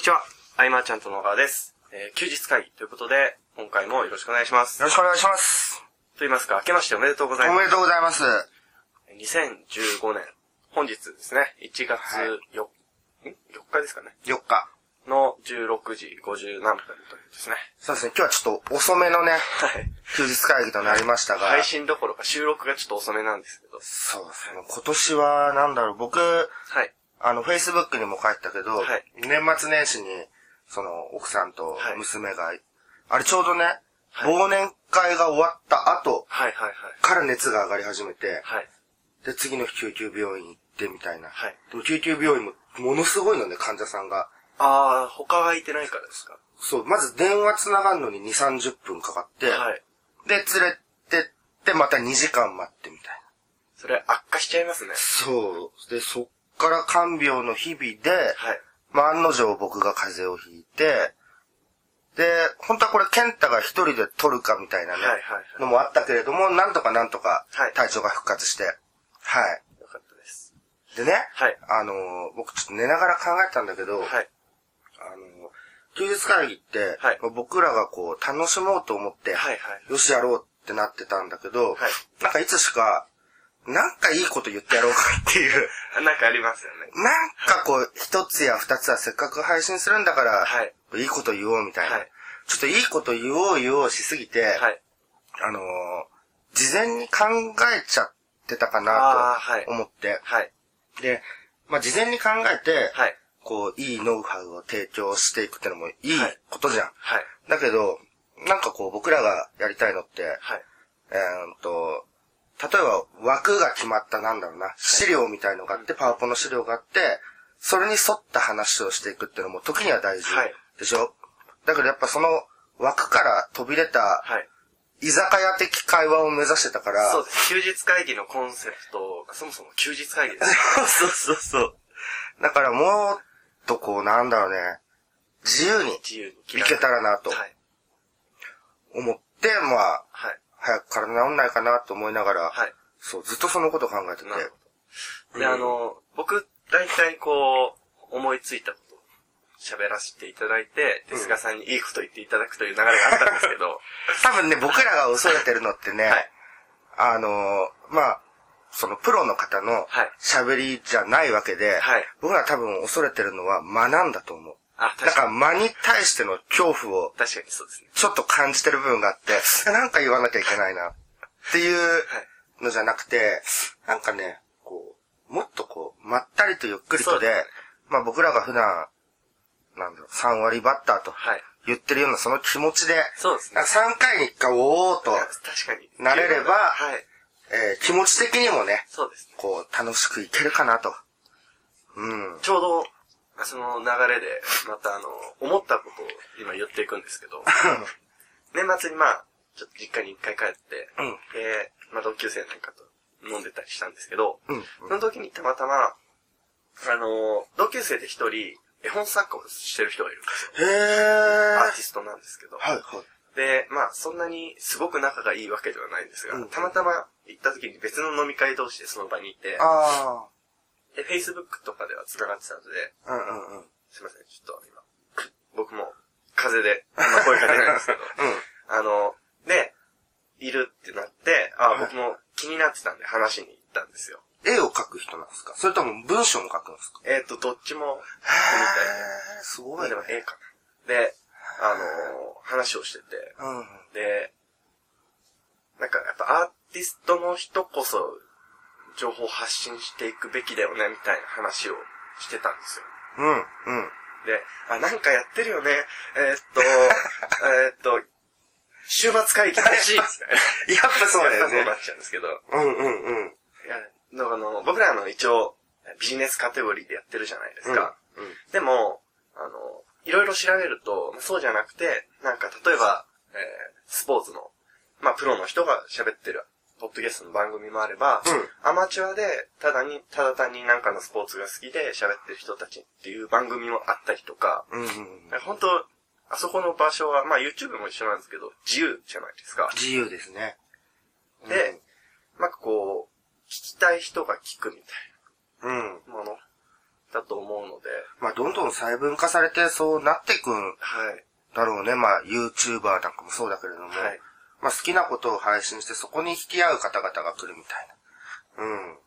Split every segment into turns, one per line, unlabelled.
ちは。アイマーちゃんと野川です。えー休日会議ということで、今回もよろしくお願いします。
よろしくお願いします。
と言いますか、明けましておめでとうござい
お
ま
め
す。
でとうございます。
2015年、本日ですね、1月4、ん ?4 日ですかね。
4日。
の16時57分というですね。
そうですね、今日はちょっと遅めのね、
はい。
休日会議となりましたが、
配信どころか収録がちょっと遅めなんですけど。
そうですね、今年はなんだろう、僕、
はい。
あの、Facebook にも書いてたけど、
はい
年末年始に、その、奥さんと
はい
娘が、あれちょうどね、
はい
忘年会が終わった後
はいはいはい。
から熱が上がり始めて、
はい。
で、次の日救急病院行ってみたいな。
はい
でも救急病院もものすごいのね、患者さんが。
あー、他が空いてないからですか。
そう、まず電話つながるのに2、30分かかって、
はい。
で、連れてって、また2時間待ってみたいな。
それ悪化しちゃいますね。
そう。で、そっから看病の日々で、
はい。
まあ、案の定僕が風邪をひいて、で、本当はこれ、健太が一人で取るかみたいなね、
はいはいはい
のもあったけれども、なんとかなんとか
はい、
体調が復活して、はい。
よかったです。
でね、
はい
あのー僕ちょっと寝ながら考えたんだけど、
はい。
あの、休日会議って、
はい
まあ僕らがこう、楽しもうと思って、
はいはい
よしやろうってなってたんだけど、
はい
なんかいつしか、なんかいいこと言ってやろうか っていう、
なんかありますよね。
なんかこう、一つや二つはせっかく配信するんだから、
はい
い、いこと言おうみたいな、
はい
ちょっといいこと言おう言おうしすぎて、
はい。
あのー事前に考えちゃってたか
あ
な
ーはい
と思って、
はい。
で、まあ、事前に考えて、
はい。
こう、いいノウハウを提供していくってのもいい
はい
ことじゃん。
はい。
だけど、なんかこう、僕らがやりたいのって、
はい。
えー、っと、例えば枠が決まったなんだろうな、資料みたいのがあって、パワポの資料があって、それに沿った話をしていくっていうのも時には大事
はい
でしょ、だけどやっぱその枠から飛び出た
はい。
居酒屋的会話を目指してたから、
そうです。休日会議のコンセプトがそもそも休日会議です。
そうそうそう。だからもっとこうなんだろうね、自由に
自由に
いけたらなと
はい。
思って、まあ、
はい。
早く体治んないかなと思いながら、
はい。
そう、ずっとそのことを考えてて
な。るほど。で、
うん
あの、僕、大体こう、思いついたことを喋らせていただいて、手塚さんにいいこと言っていただくという流れがあったんですけ ど、
多分ね、僕らが恐れてるのってね、
はい。
あのーまあ、そのプロの方の
はい
喋りじゃないわけで、
はい
僕ら多分恐れてるのは間なんだと思う。
あ、確
だか
からに。
間に対しての恐怖を
確かにそうですね。
ちょっと感じてる部分があって、なんか言わなきゃいけないなっていう
はい。
のじゃなくて、なんかね、こう、もっとこう、まったりとゆっくり
そ
と
う
で、
ですね
まあ僕らが普段、なんだろう、3割バッターと
はい。
言ってるようなその気持ちで、
そうですね
なん。か3回に1回おーっと、
確かに。
慣れれば
はい。
えー気持ち的にもね、
そうですね。
こう、楽しくいけるかなと。うん。
ちょうど、その流れで、またあの、思ったことを今言っていくんですけ ど、年末にまあ、ちょっと実家に一回帰って、
うん
で、まあ同級生なんかと飲んでたりしたんですけど、
うんう
そ
ん
の時にたまたま、あの、同級生で一人、絵本作家をしてる人がいるんですよ。
へー。
アーティストなんですけど。
はい、はい。
で、まあ、そんなにすごく仲がいいわけではないんですが、
うん
たまたま行った時に別の飲み会同士でその場にいて、
あ
で、Facebook とかでは繋がってたので、
ー。うんうんうん。
すいません、ちょっと今、僕も風邪で、あんま声かけないんですけど、あの、で、いるってなって、あ、僕も気になってたんで話しに行ったんですよ。
絵を描く人なんですかそれとも文章も描くんですか
えっ、ー、と、どっちも、
へー。す
みた
ご
い
い
で
ね
も。ええかな。で、あの話をしてて、
うんうん。
で、なんかやっぱアーティストの人こそ、情報発信していくべきだよね、みたいな話をしてたんですよ。
うん、うん。
で、あ、なんかやってるよね。えーっ と、えーっと、週末会議楽しいですね。
やっぱそうだ よ
そう
ね
な。っちゃうんですけど。い
うんうんうん。
や、でもあの、僕らあの一応、ビジネスカテゴリーでやってるじゃないですか。
うんうん
でも、あの、いろいろ調べると、まあそうじゃなくて、なんか例えば、えースポーツの、まあプロの人が喋ってる、ポッドキャストの番組もあれば、
うん
アマチュアで、ただに、ただ単になんかのスポーツが好きで喋ってる人たちっていう番組もあったりとか、
うんうん
なんか本当あそこの場所は、まあ YouTube も一緒なんですけど、自由じゃないですか。
自由ですね。
で、なんかこう、聞きたい人が聞くみたい
うん。
なものだと思うので、
まあ、どんどん細分化されて、そうなっていくん
はい。
だろうね。まあ、YouTuber なんかもそうだけれども。
はい
まあ、好きなことを配信して、そこに引き合う方々が来るみたいな。うん。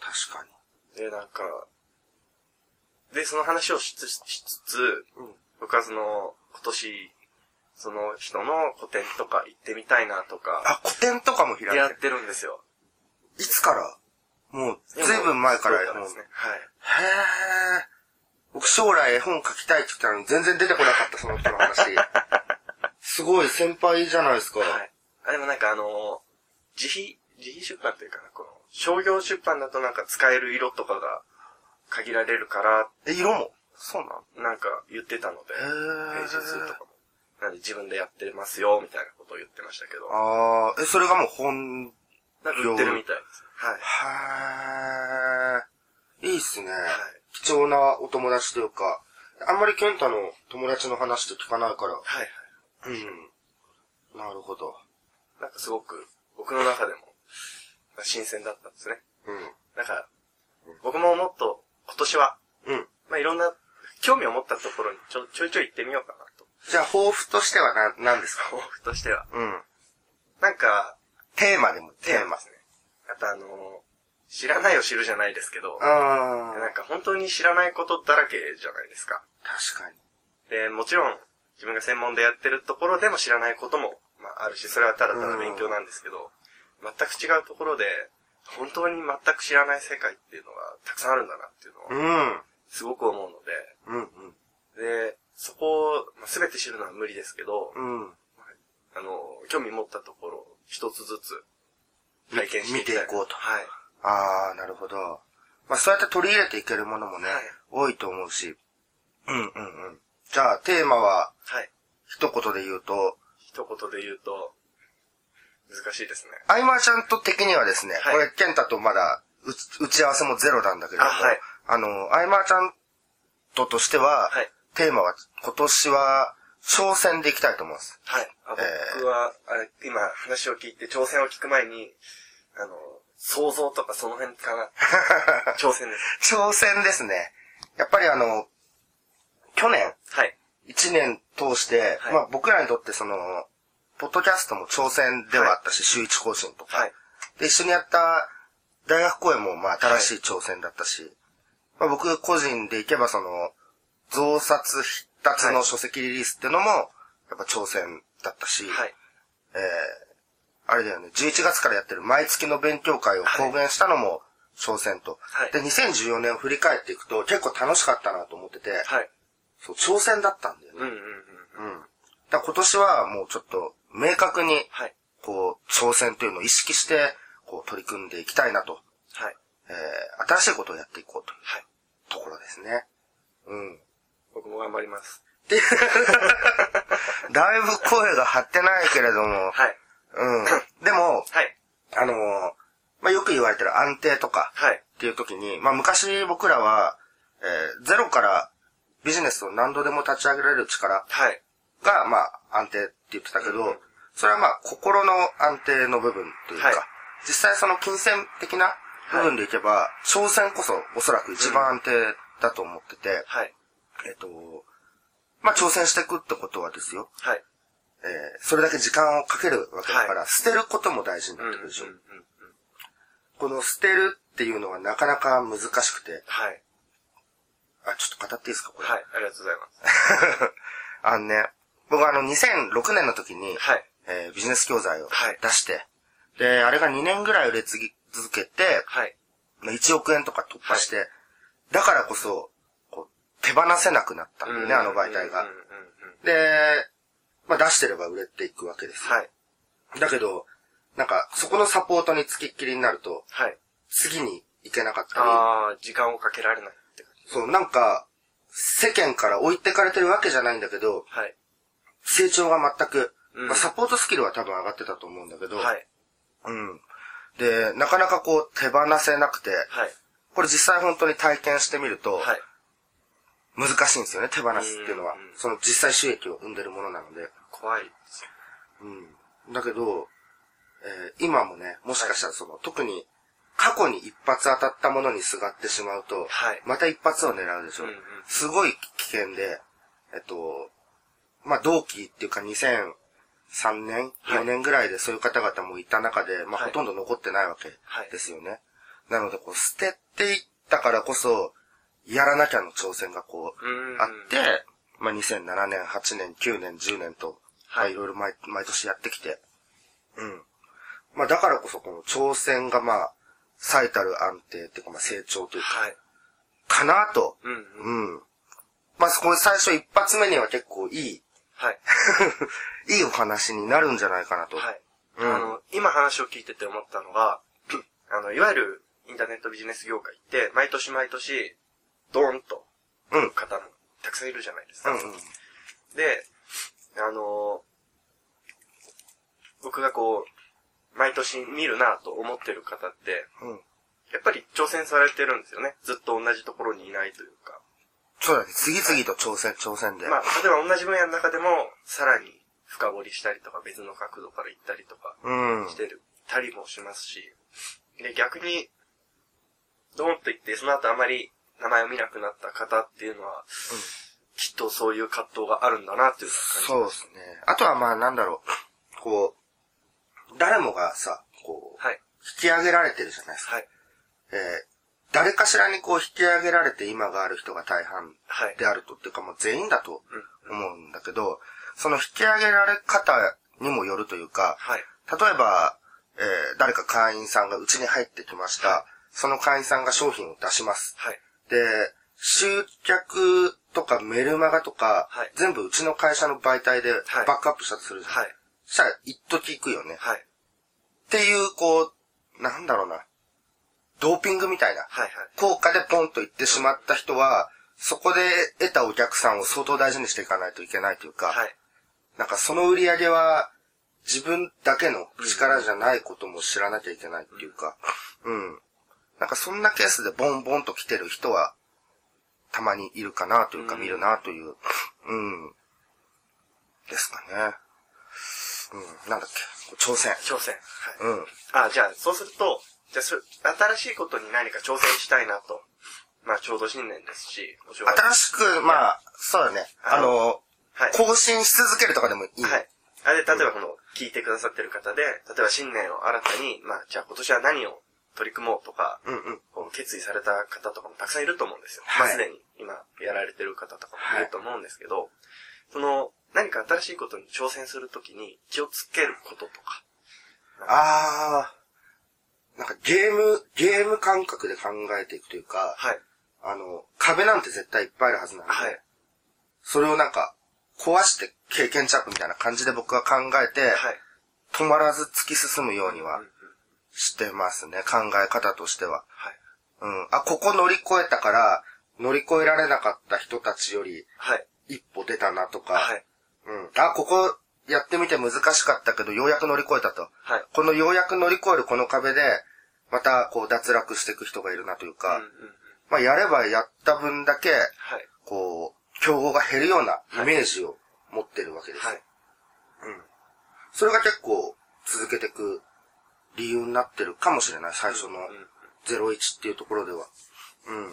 確かに。
で、なんか、で、その話をしつしつつ、僕はその、今年、その人の個展とか行ってみたいなとか、
あ、古典とかも開いて
やっ
る。
てるんですよ。
いつからもう、ずいぶん前から
で
や
も
る
そうなん
ん
で
ですす
ね
ね。。
はい。
へえ。僕将来絵本書きたいって言ったのに全然出てこなかった、その人 の話。すごい先輩じゃないですか。
はい。あ、でもなんかあのー、自費、自費出版というかな、この、商業出版だとなんか使える色とかが限られるから、
え、色もそうなの
なんか言ってたので、
へー
ページ数とかも。なんで自分でやってますよ、みたいなことを言ってましたけど、
あー、え、それがもう本、へ
なんか売ってるみたいです。はい。
ー。いいっすね、
い
貴重なお友達というか、あんまり健太の友達の話って聞かないから。
はいはい。
うん。なるほど。
なんかすごく、僕の中でも、新鮮だったんですね。
う
なんか、僕ももっと、今年は、
ん。うん。
まあいろんな、興味を持ったところにちょちょいちょい行ってみようかなと。
じゃあ、抱負としてはな、何ですか
抱負としては。
うん。
なんか、
テーマでも、テーマ。
ね。あとあのー知らないを知るじゃないですけど、
あ
なんか本当に知らないことだらけじゃないですか。
確かに。
で、もちろん、自分が専門でやってるところでも知らないことも、まあ、あるし、それはただただ勉強なんですけど、全く違うところで、本当に全く知らない世界っていうのがたくさんあるんだなっていうのを、
ん。
すごく思うの
うん、
で、で、そこを、まあ、全て知るのは無理ですけど、
うん。うん。
あの、興味持ったところを一つずつ体験していきたい。
見ていこうと
はい。
ああ、なるほど。まあ、そうやって取り入れていけるものもね、
はい
多いと思うし。うん、うん、うん。じゃあ、テーマは、
はい。
一言で言うと、
一言で言うと、難しいですね。
アイマーちゃんと的にはですね、
はい
これ、ケンタとまだ打ち、打ち合わせもゼロなんだけれども、
あ
あ,、
はい
の、アイマーちゃんととしては、
はい
テーマは、今年は、挑戦でいきたいと思うんです。
はい。あ
えー
僕は、あれ今話を聞いて、挑戦を聞く前に、あの、想像とかその辺かな。挑戦です。
挑戦ですね。やっぱりあの、去年、
はい。
一年通して、
はい
まあ僕らにとってその、ポッドキャストも挑戦ではあったし、週一更新とか、
はい。
で、一緒にやった大学公演もまあ新しい挑戦だったし、まあ僕個人でいけばその、増刷必達の書籍リリースってのも、やっぱ挑戦だったし、
はい。
えー、あれだよね、11月からやってる毎月の勉強会を公言したのも挑戦と。
はい
で、2014年を振り返っていくと結構楽しかったなと思ってて、
はい。
そう、挑戦だったんだよね。
うんうんうん。
うん。だから今年はもうちょっと明確に、
はい。
こう、挑戦というのを意識して、こう、取り組んでいきたいなと、
はい。
えー、新しいことをやっていこうという
はい。
ところですね。うん。
僕も頑張ります。
だいぶ声が張ってないけれども、
はい。
うん。でも、
はい。
あのーまあ、よく言われてる安定とか
はい。
っていう時に、まあ、昔僕らは、えーゼロからビジネスを何度でも立ち上げられる力
はい。
が、まあ、安定って言ってたけど、
うん
それはまあ、心の安定の部分というか、
はい
実際その金銭的な部分でいけば、挑戦こそおそらく一番安定だと思ってて、
はい。
えっ、と、まあ、挑戦していくってことはですよ、
はい。
えーそれだけ時間をかけるわけだから、
は
捨てることも大事に
う
なんっ
うんうんう
てくるでしょ。
ん。
この捨てるっていうのはなかなか難しくて、
はい。
あ、ちょっと語っていいですか、 これ。
はい。ありがとうございます。
あのね、僕あの2006年の時に、
はい。
えービジネス教材を
はい
出して、で、あれが2年ぐらい売れ継ぎ続けて、
はい。
まあ1億円とか突破して、だからこそ、こう、手放せなくなったんだよね、あの媒体
うん
が
うん。うんうん。
で、まあ出してれば売れていくわけですよ。
はい。
だけど、なんか、そこのサポートにつきっきりになると、
はい。
次に行けなかったり、
あー、時間をかけられないって感じ。
そう、なんか、世間から置いてかれてるわけじゃないんだけど、
はい。
成長が全く、
うん
まあ、サポートスキルは多分上がってたと思うんだけど、
はい。
うん。で、なかなかこう手放せなくて、
はい。
これ実際本当に体験してみると、
はい。
難しいんですよね、手放すっていうのは
うんうん。
その実際収益を生んでるものなので。
怖いですよ。
うん。だけど、えー今もね、もしかしたらその、特に過去に一発当たったものにすがってしまうと、
はい
また一発を狙うでしょ。
うんうん
すごい危険で、えっと、まあ、同期っていうか2003年、
はい
4年ぐらいでそういう方々もいた中で、まあ、
はい
ほとんど残ってないわけ
はい
ですよね。なので、こう、捨てていったからこそ、やらなきゃの挑戦がこう、
うん
あって、まあ、2007年、8年、9年、10年と、
はい
まあいろいろ毎毎年やってきて、うん。まあ、だからこそ、この挑戦が、まあ、最たる安定っていうか、まあ、成長というか、
はい。
かなと、
うんうん。
うん。まあ、そこで最初一発目には結構いい、
はい。
いいお話になるんじゃないかなと。
はい。
うん
あの、今話を聞いてて思ったのが、 あの、いわゆるインターネットビジネス業界って、毎年毎年、ドーンと、
うん
方もたくさんいるじゃないです
う
か。
んうん。
で、あの僕がこう、毎年見るなと思ってる方って、
うん。
やっぱり挑戦されてるんですよね。ずっと同じところにいないというか。
そうだね。次々と挑戦、挑戦で。
まあ、例えば同じ分野の中でも、さらに深掘りしたりとか、別の角度から行ったりとか、
うん。
してる、たりもしますし、で、逆に、ドーンと言って、その後あまり名前を見なくなった方っていうのは、きっとそういう葛藤があるんだなっていう感
そうですね。あとはまあなんだろう。こう、誰もがさ、こう、
はい
引き上げられてるじゃないです
じ。
か。
はい。
えー誰かしらにこう引き上げられて今がある人が大半
はい。
であるとっていうかもう全員だと
うん。
思うんだけど、その引き上げられ方にもよるというか、
はい。
例えば、えー誰か会員さんがうちに入ってきました。
は
その会員さんが商品を出します。
はい。
で、集客とかメルマガとか、
はい
全部うちの会社の媒体で
はい
バックアップしたとするじゃん。
はい。
そしたら、一時行くよね。
はい。
っていう、こう、なんだろうな。ドーピングみたいな。
はい。はい。
効果でポンと行ってしまった人は、そこで得たお客さんを相当大事にしていかないといけないというか、
はい。
なんかその売り上げは自分だけの力じゃないことも知らなきゃいけないっていうか、うん。なんかそんなケースでボンボンと来てる人は、たまにいるかなというか、
うん
見るなという、うん。ですかね。うん、なんだっけ、挑戦。
挑戦。
う
はい。
ん。
あ、じゃあ、そうすると、じゃあそれ、新しいことに何か挑戦したいなと。まあ、ちょうど新年ですし、お正
新しく、まあ、そうだね。あの、
はい。
更新し続けるとかでもいい。
はい。あれ、例えばこの、聞いてくださってる方で、例えば新年を新たに、まあ、じゃあ今年は何を取り組もうとか、
うんうん。
こう決意された方とかもたくさんいると思うんですよ。
は
まあ、
い
すでに今やられてる方とかもいると思うんですけど、その、何か新しいことに挑戦するときに気をつけることとか。
あー、なんかゲーム、ゲーム感覚で考えていくというか、
はい。
あの、壁なんて絶対いっぱいあるはずなんで、
はい。
それをなんか、壊して経験値アップみたいな感じで僕は考えて、
はい。
止まらず突き進むようには
うんうん
してますね、考え方としては。
はい。
うん。あ、ここ乗り越えたから、乗り越えられなかった人たちより
はい。
一歩出たなとか、
はい。
うん。あ、ここやってみて難しかったけど、ようやく乗り越えたと。
はい。
このようやく乗り越えるこの壁で、またこう脱落していく人がいるなというか、
うんうんうん
まあやればやった分だけ、
はい。
こう、競合が減るようなイメージを持ってるわけです。
はい。
それが結構続けていく理由になってるかもしれない、最初の
うんうんなる
01っていうところでは。うん。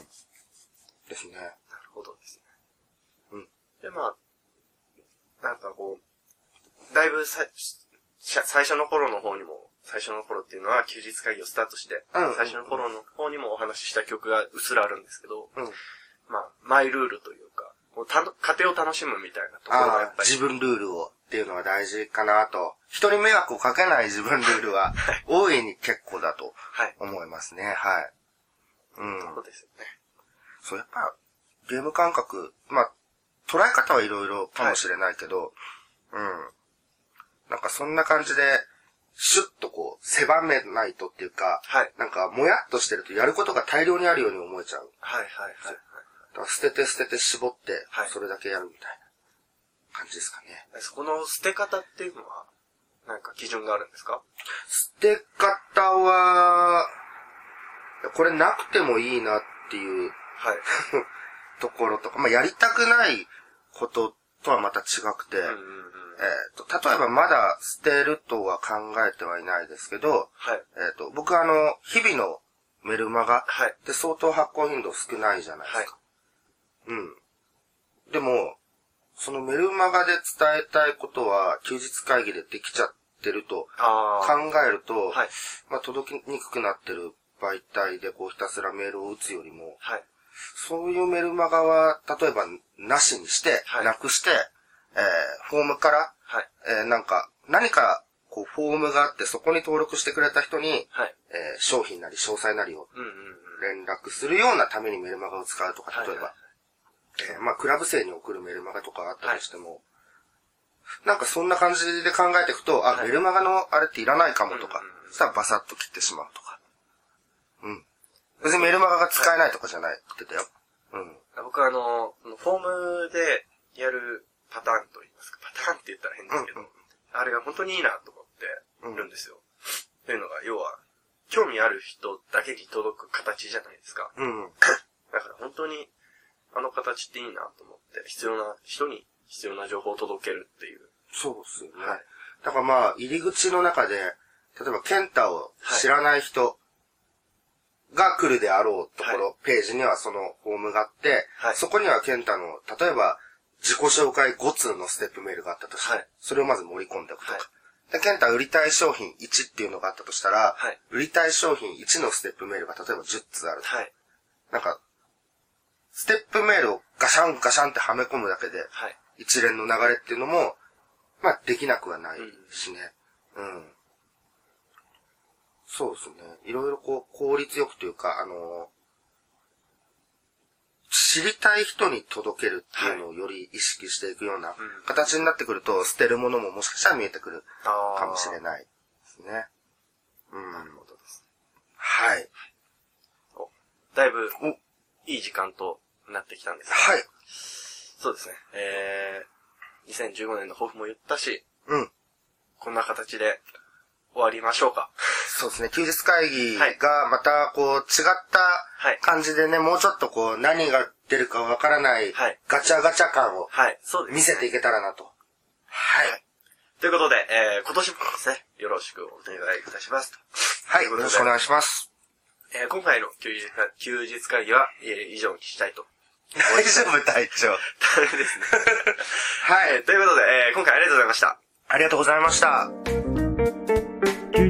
ですね。
ほどですね。
うん。
で、まあ、なんかこう、だいぶさ、し最初の頃の方にも、最初の頃っていうのは休日会議をスタートして、
うん
最初の頃の方にもお話しした曲がうっすらあるんですけど、
うん。
まあ、マイルールというか、こうたの家庭を楽しむみたいなところがや
あ
っ
あ、
ぱり、
自分ルールをっていうのは大事かなと。人に迷惑をかけない自分ルールは、大いに結構だと
はい。
思いますね。はい。うん。
そうですよね。
そう、やっぱ、ゲーム感覚、まあ、捉え方はいろいろかもしれないけど、うん。なんかそんな感じで、シュッとこう、狭めないとっていうか、
はい
なんか、もやっとしてるとやることが大量にあるように思えちゃう。
はいはいはい。
だから捨てて捨てて絞って
はい、
それだけやるみたいな感じですかね。
はい、そこの捨て方っていうのは、なんか基準があるんですか
捨て方は、これなくてもいいなっていう
はい。
ところとか、まあ、やりたくないこととはまた違くて、
うんうんうん。
えっ、と、例えばまだ捨てるとは考えてはいないですけど、
はい。
えっ、と、僕はあの、日々のメルマガ
はい。
って相当発行頻度少ないじゃないですか。
はい。
うん。でも、そのメルマガで伝えたいことは、休日会議でできちゃってると
あ
考
あ。
えると、
はい。
まあ、届きにくくなってる媒体でこうひたすらメールを打つよりも、
はい。
そういうメルマガは、例えば、なしにして、
はい
なくして、えーフォームから、
はい。
えーなんか、何か、こう、フォームがあって、そこに登録してくれた人に、え
はい。
ー商品なり、詳細なりを
うんうんうん。
連絡するようなためにメルマガを使うとか、例えば、
はいはい
えーまあ、クラブ生に送るメルマガとかあったとしても、なんかそんな感じで考えていくと、あ、
はい
メルマガのあれっていらないかもとか
うんうんう、ん
そしたらバサッと切ってしまうとか。うん。別にメルマガが使えないとかじゃないって言ってたよ。うん。
僕はあの、フォームでやるパターンと言いますか、パターンって言ったら変ですけど、
うんうん
あれが本当にいいなと思ってるんですよ。というのが、要は、興味ある人だけに届く形じゃないですか。
うん。
だから本当に、あの形っていいなと思って、必要な人に必要な情報を届けるっていう。
そうですよね。
はい
だからまあ、入り口の中で、例えば、ケンタを知らない人が来るであろうところ、
は
ページにはそのフォームがあって、
はい
そこにはケンタの、例えば、自己紹介5通のステップメールがあったとして、
はい
それをまず盛り込んでおくと
は
か。
い
で、ケンタ売りたい商品1っていうのがあったとしたら、
はい
売りたい商品1のステップメールが例えば10通あると。
はい。
なんか、ステップメールをガシャンガシャンってはめ込むだけで、
はい。
一連の流れっていうのも、まあ、できなくはないしね。うん。そうですね。いろいろこう、効率よくというか、あの、知りたい人に届けるっていうのをより意識していくような
うん
形になってくると、捨てるものももしかしたら見えてくる
あ
かもしれ
い。
ないですね。うん。
なるほどです。
はい。
お、だいぶ
お、はい。
いい時間となってきたんですがそうですね。えー、2015年の抱負も言ったし、
うん。
こんな形で終わりましょうか。
そうですね。休日会議がまたこう違った感じでね、もうちょっとこう何が出るかわからない
はい
ガチャガチャ感を
はい。そうです、ね。
見せていけたらなと。はい。
ということで、えー、今年もですね、よろしくお願いいたします。
は
と
い。
いうこと
よ
で
ろしくお願いします。
えー、今回の休日会休日会議は、えー以上にしたいと。
大丈夫、隊長。
ダメですね。
は
え
い
ー。ということで、えー、今回ありがとうございました。
ありがとうございました。
休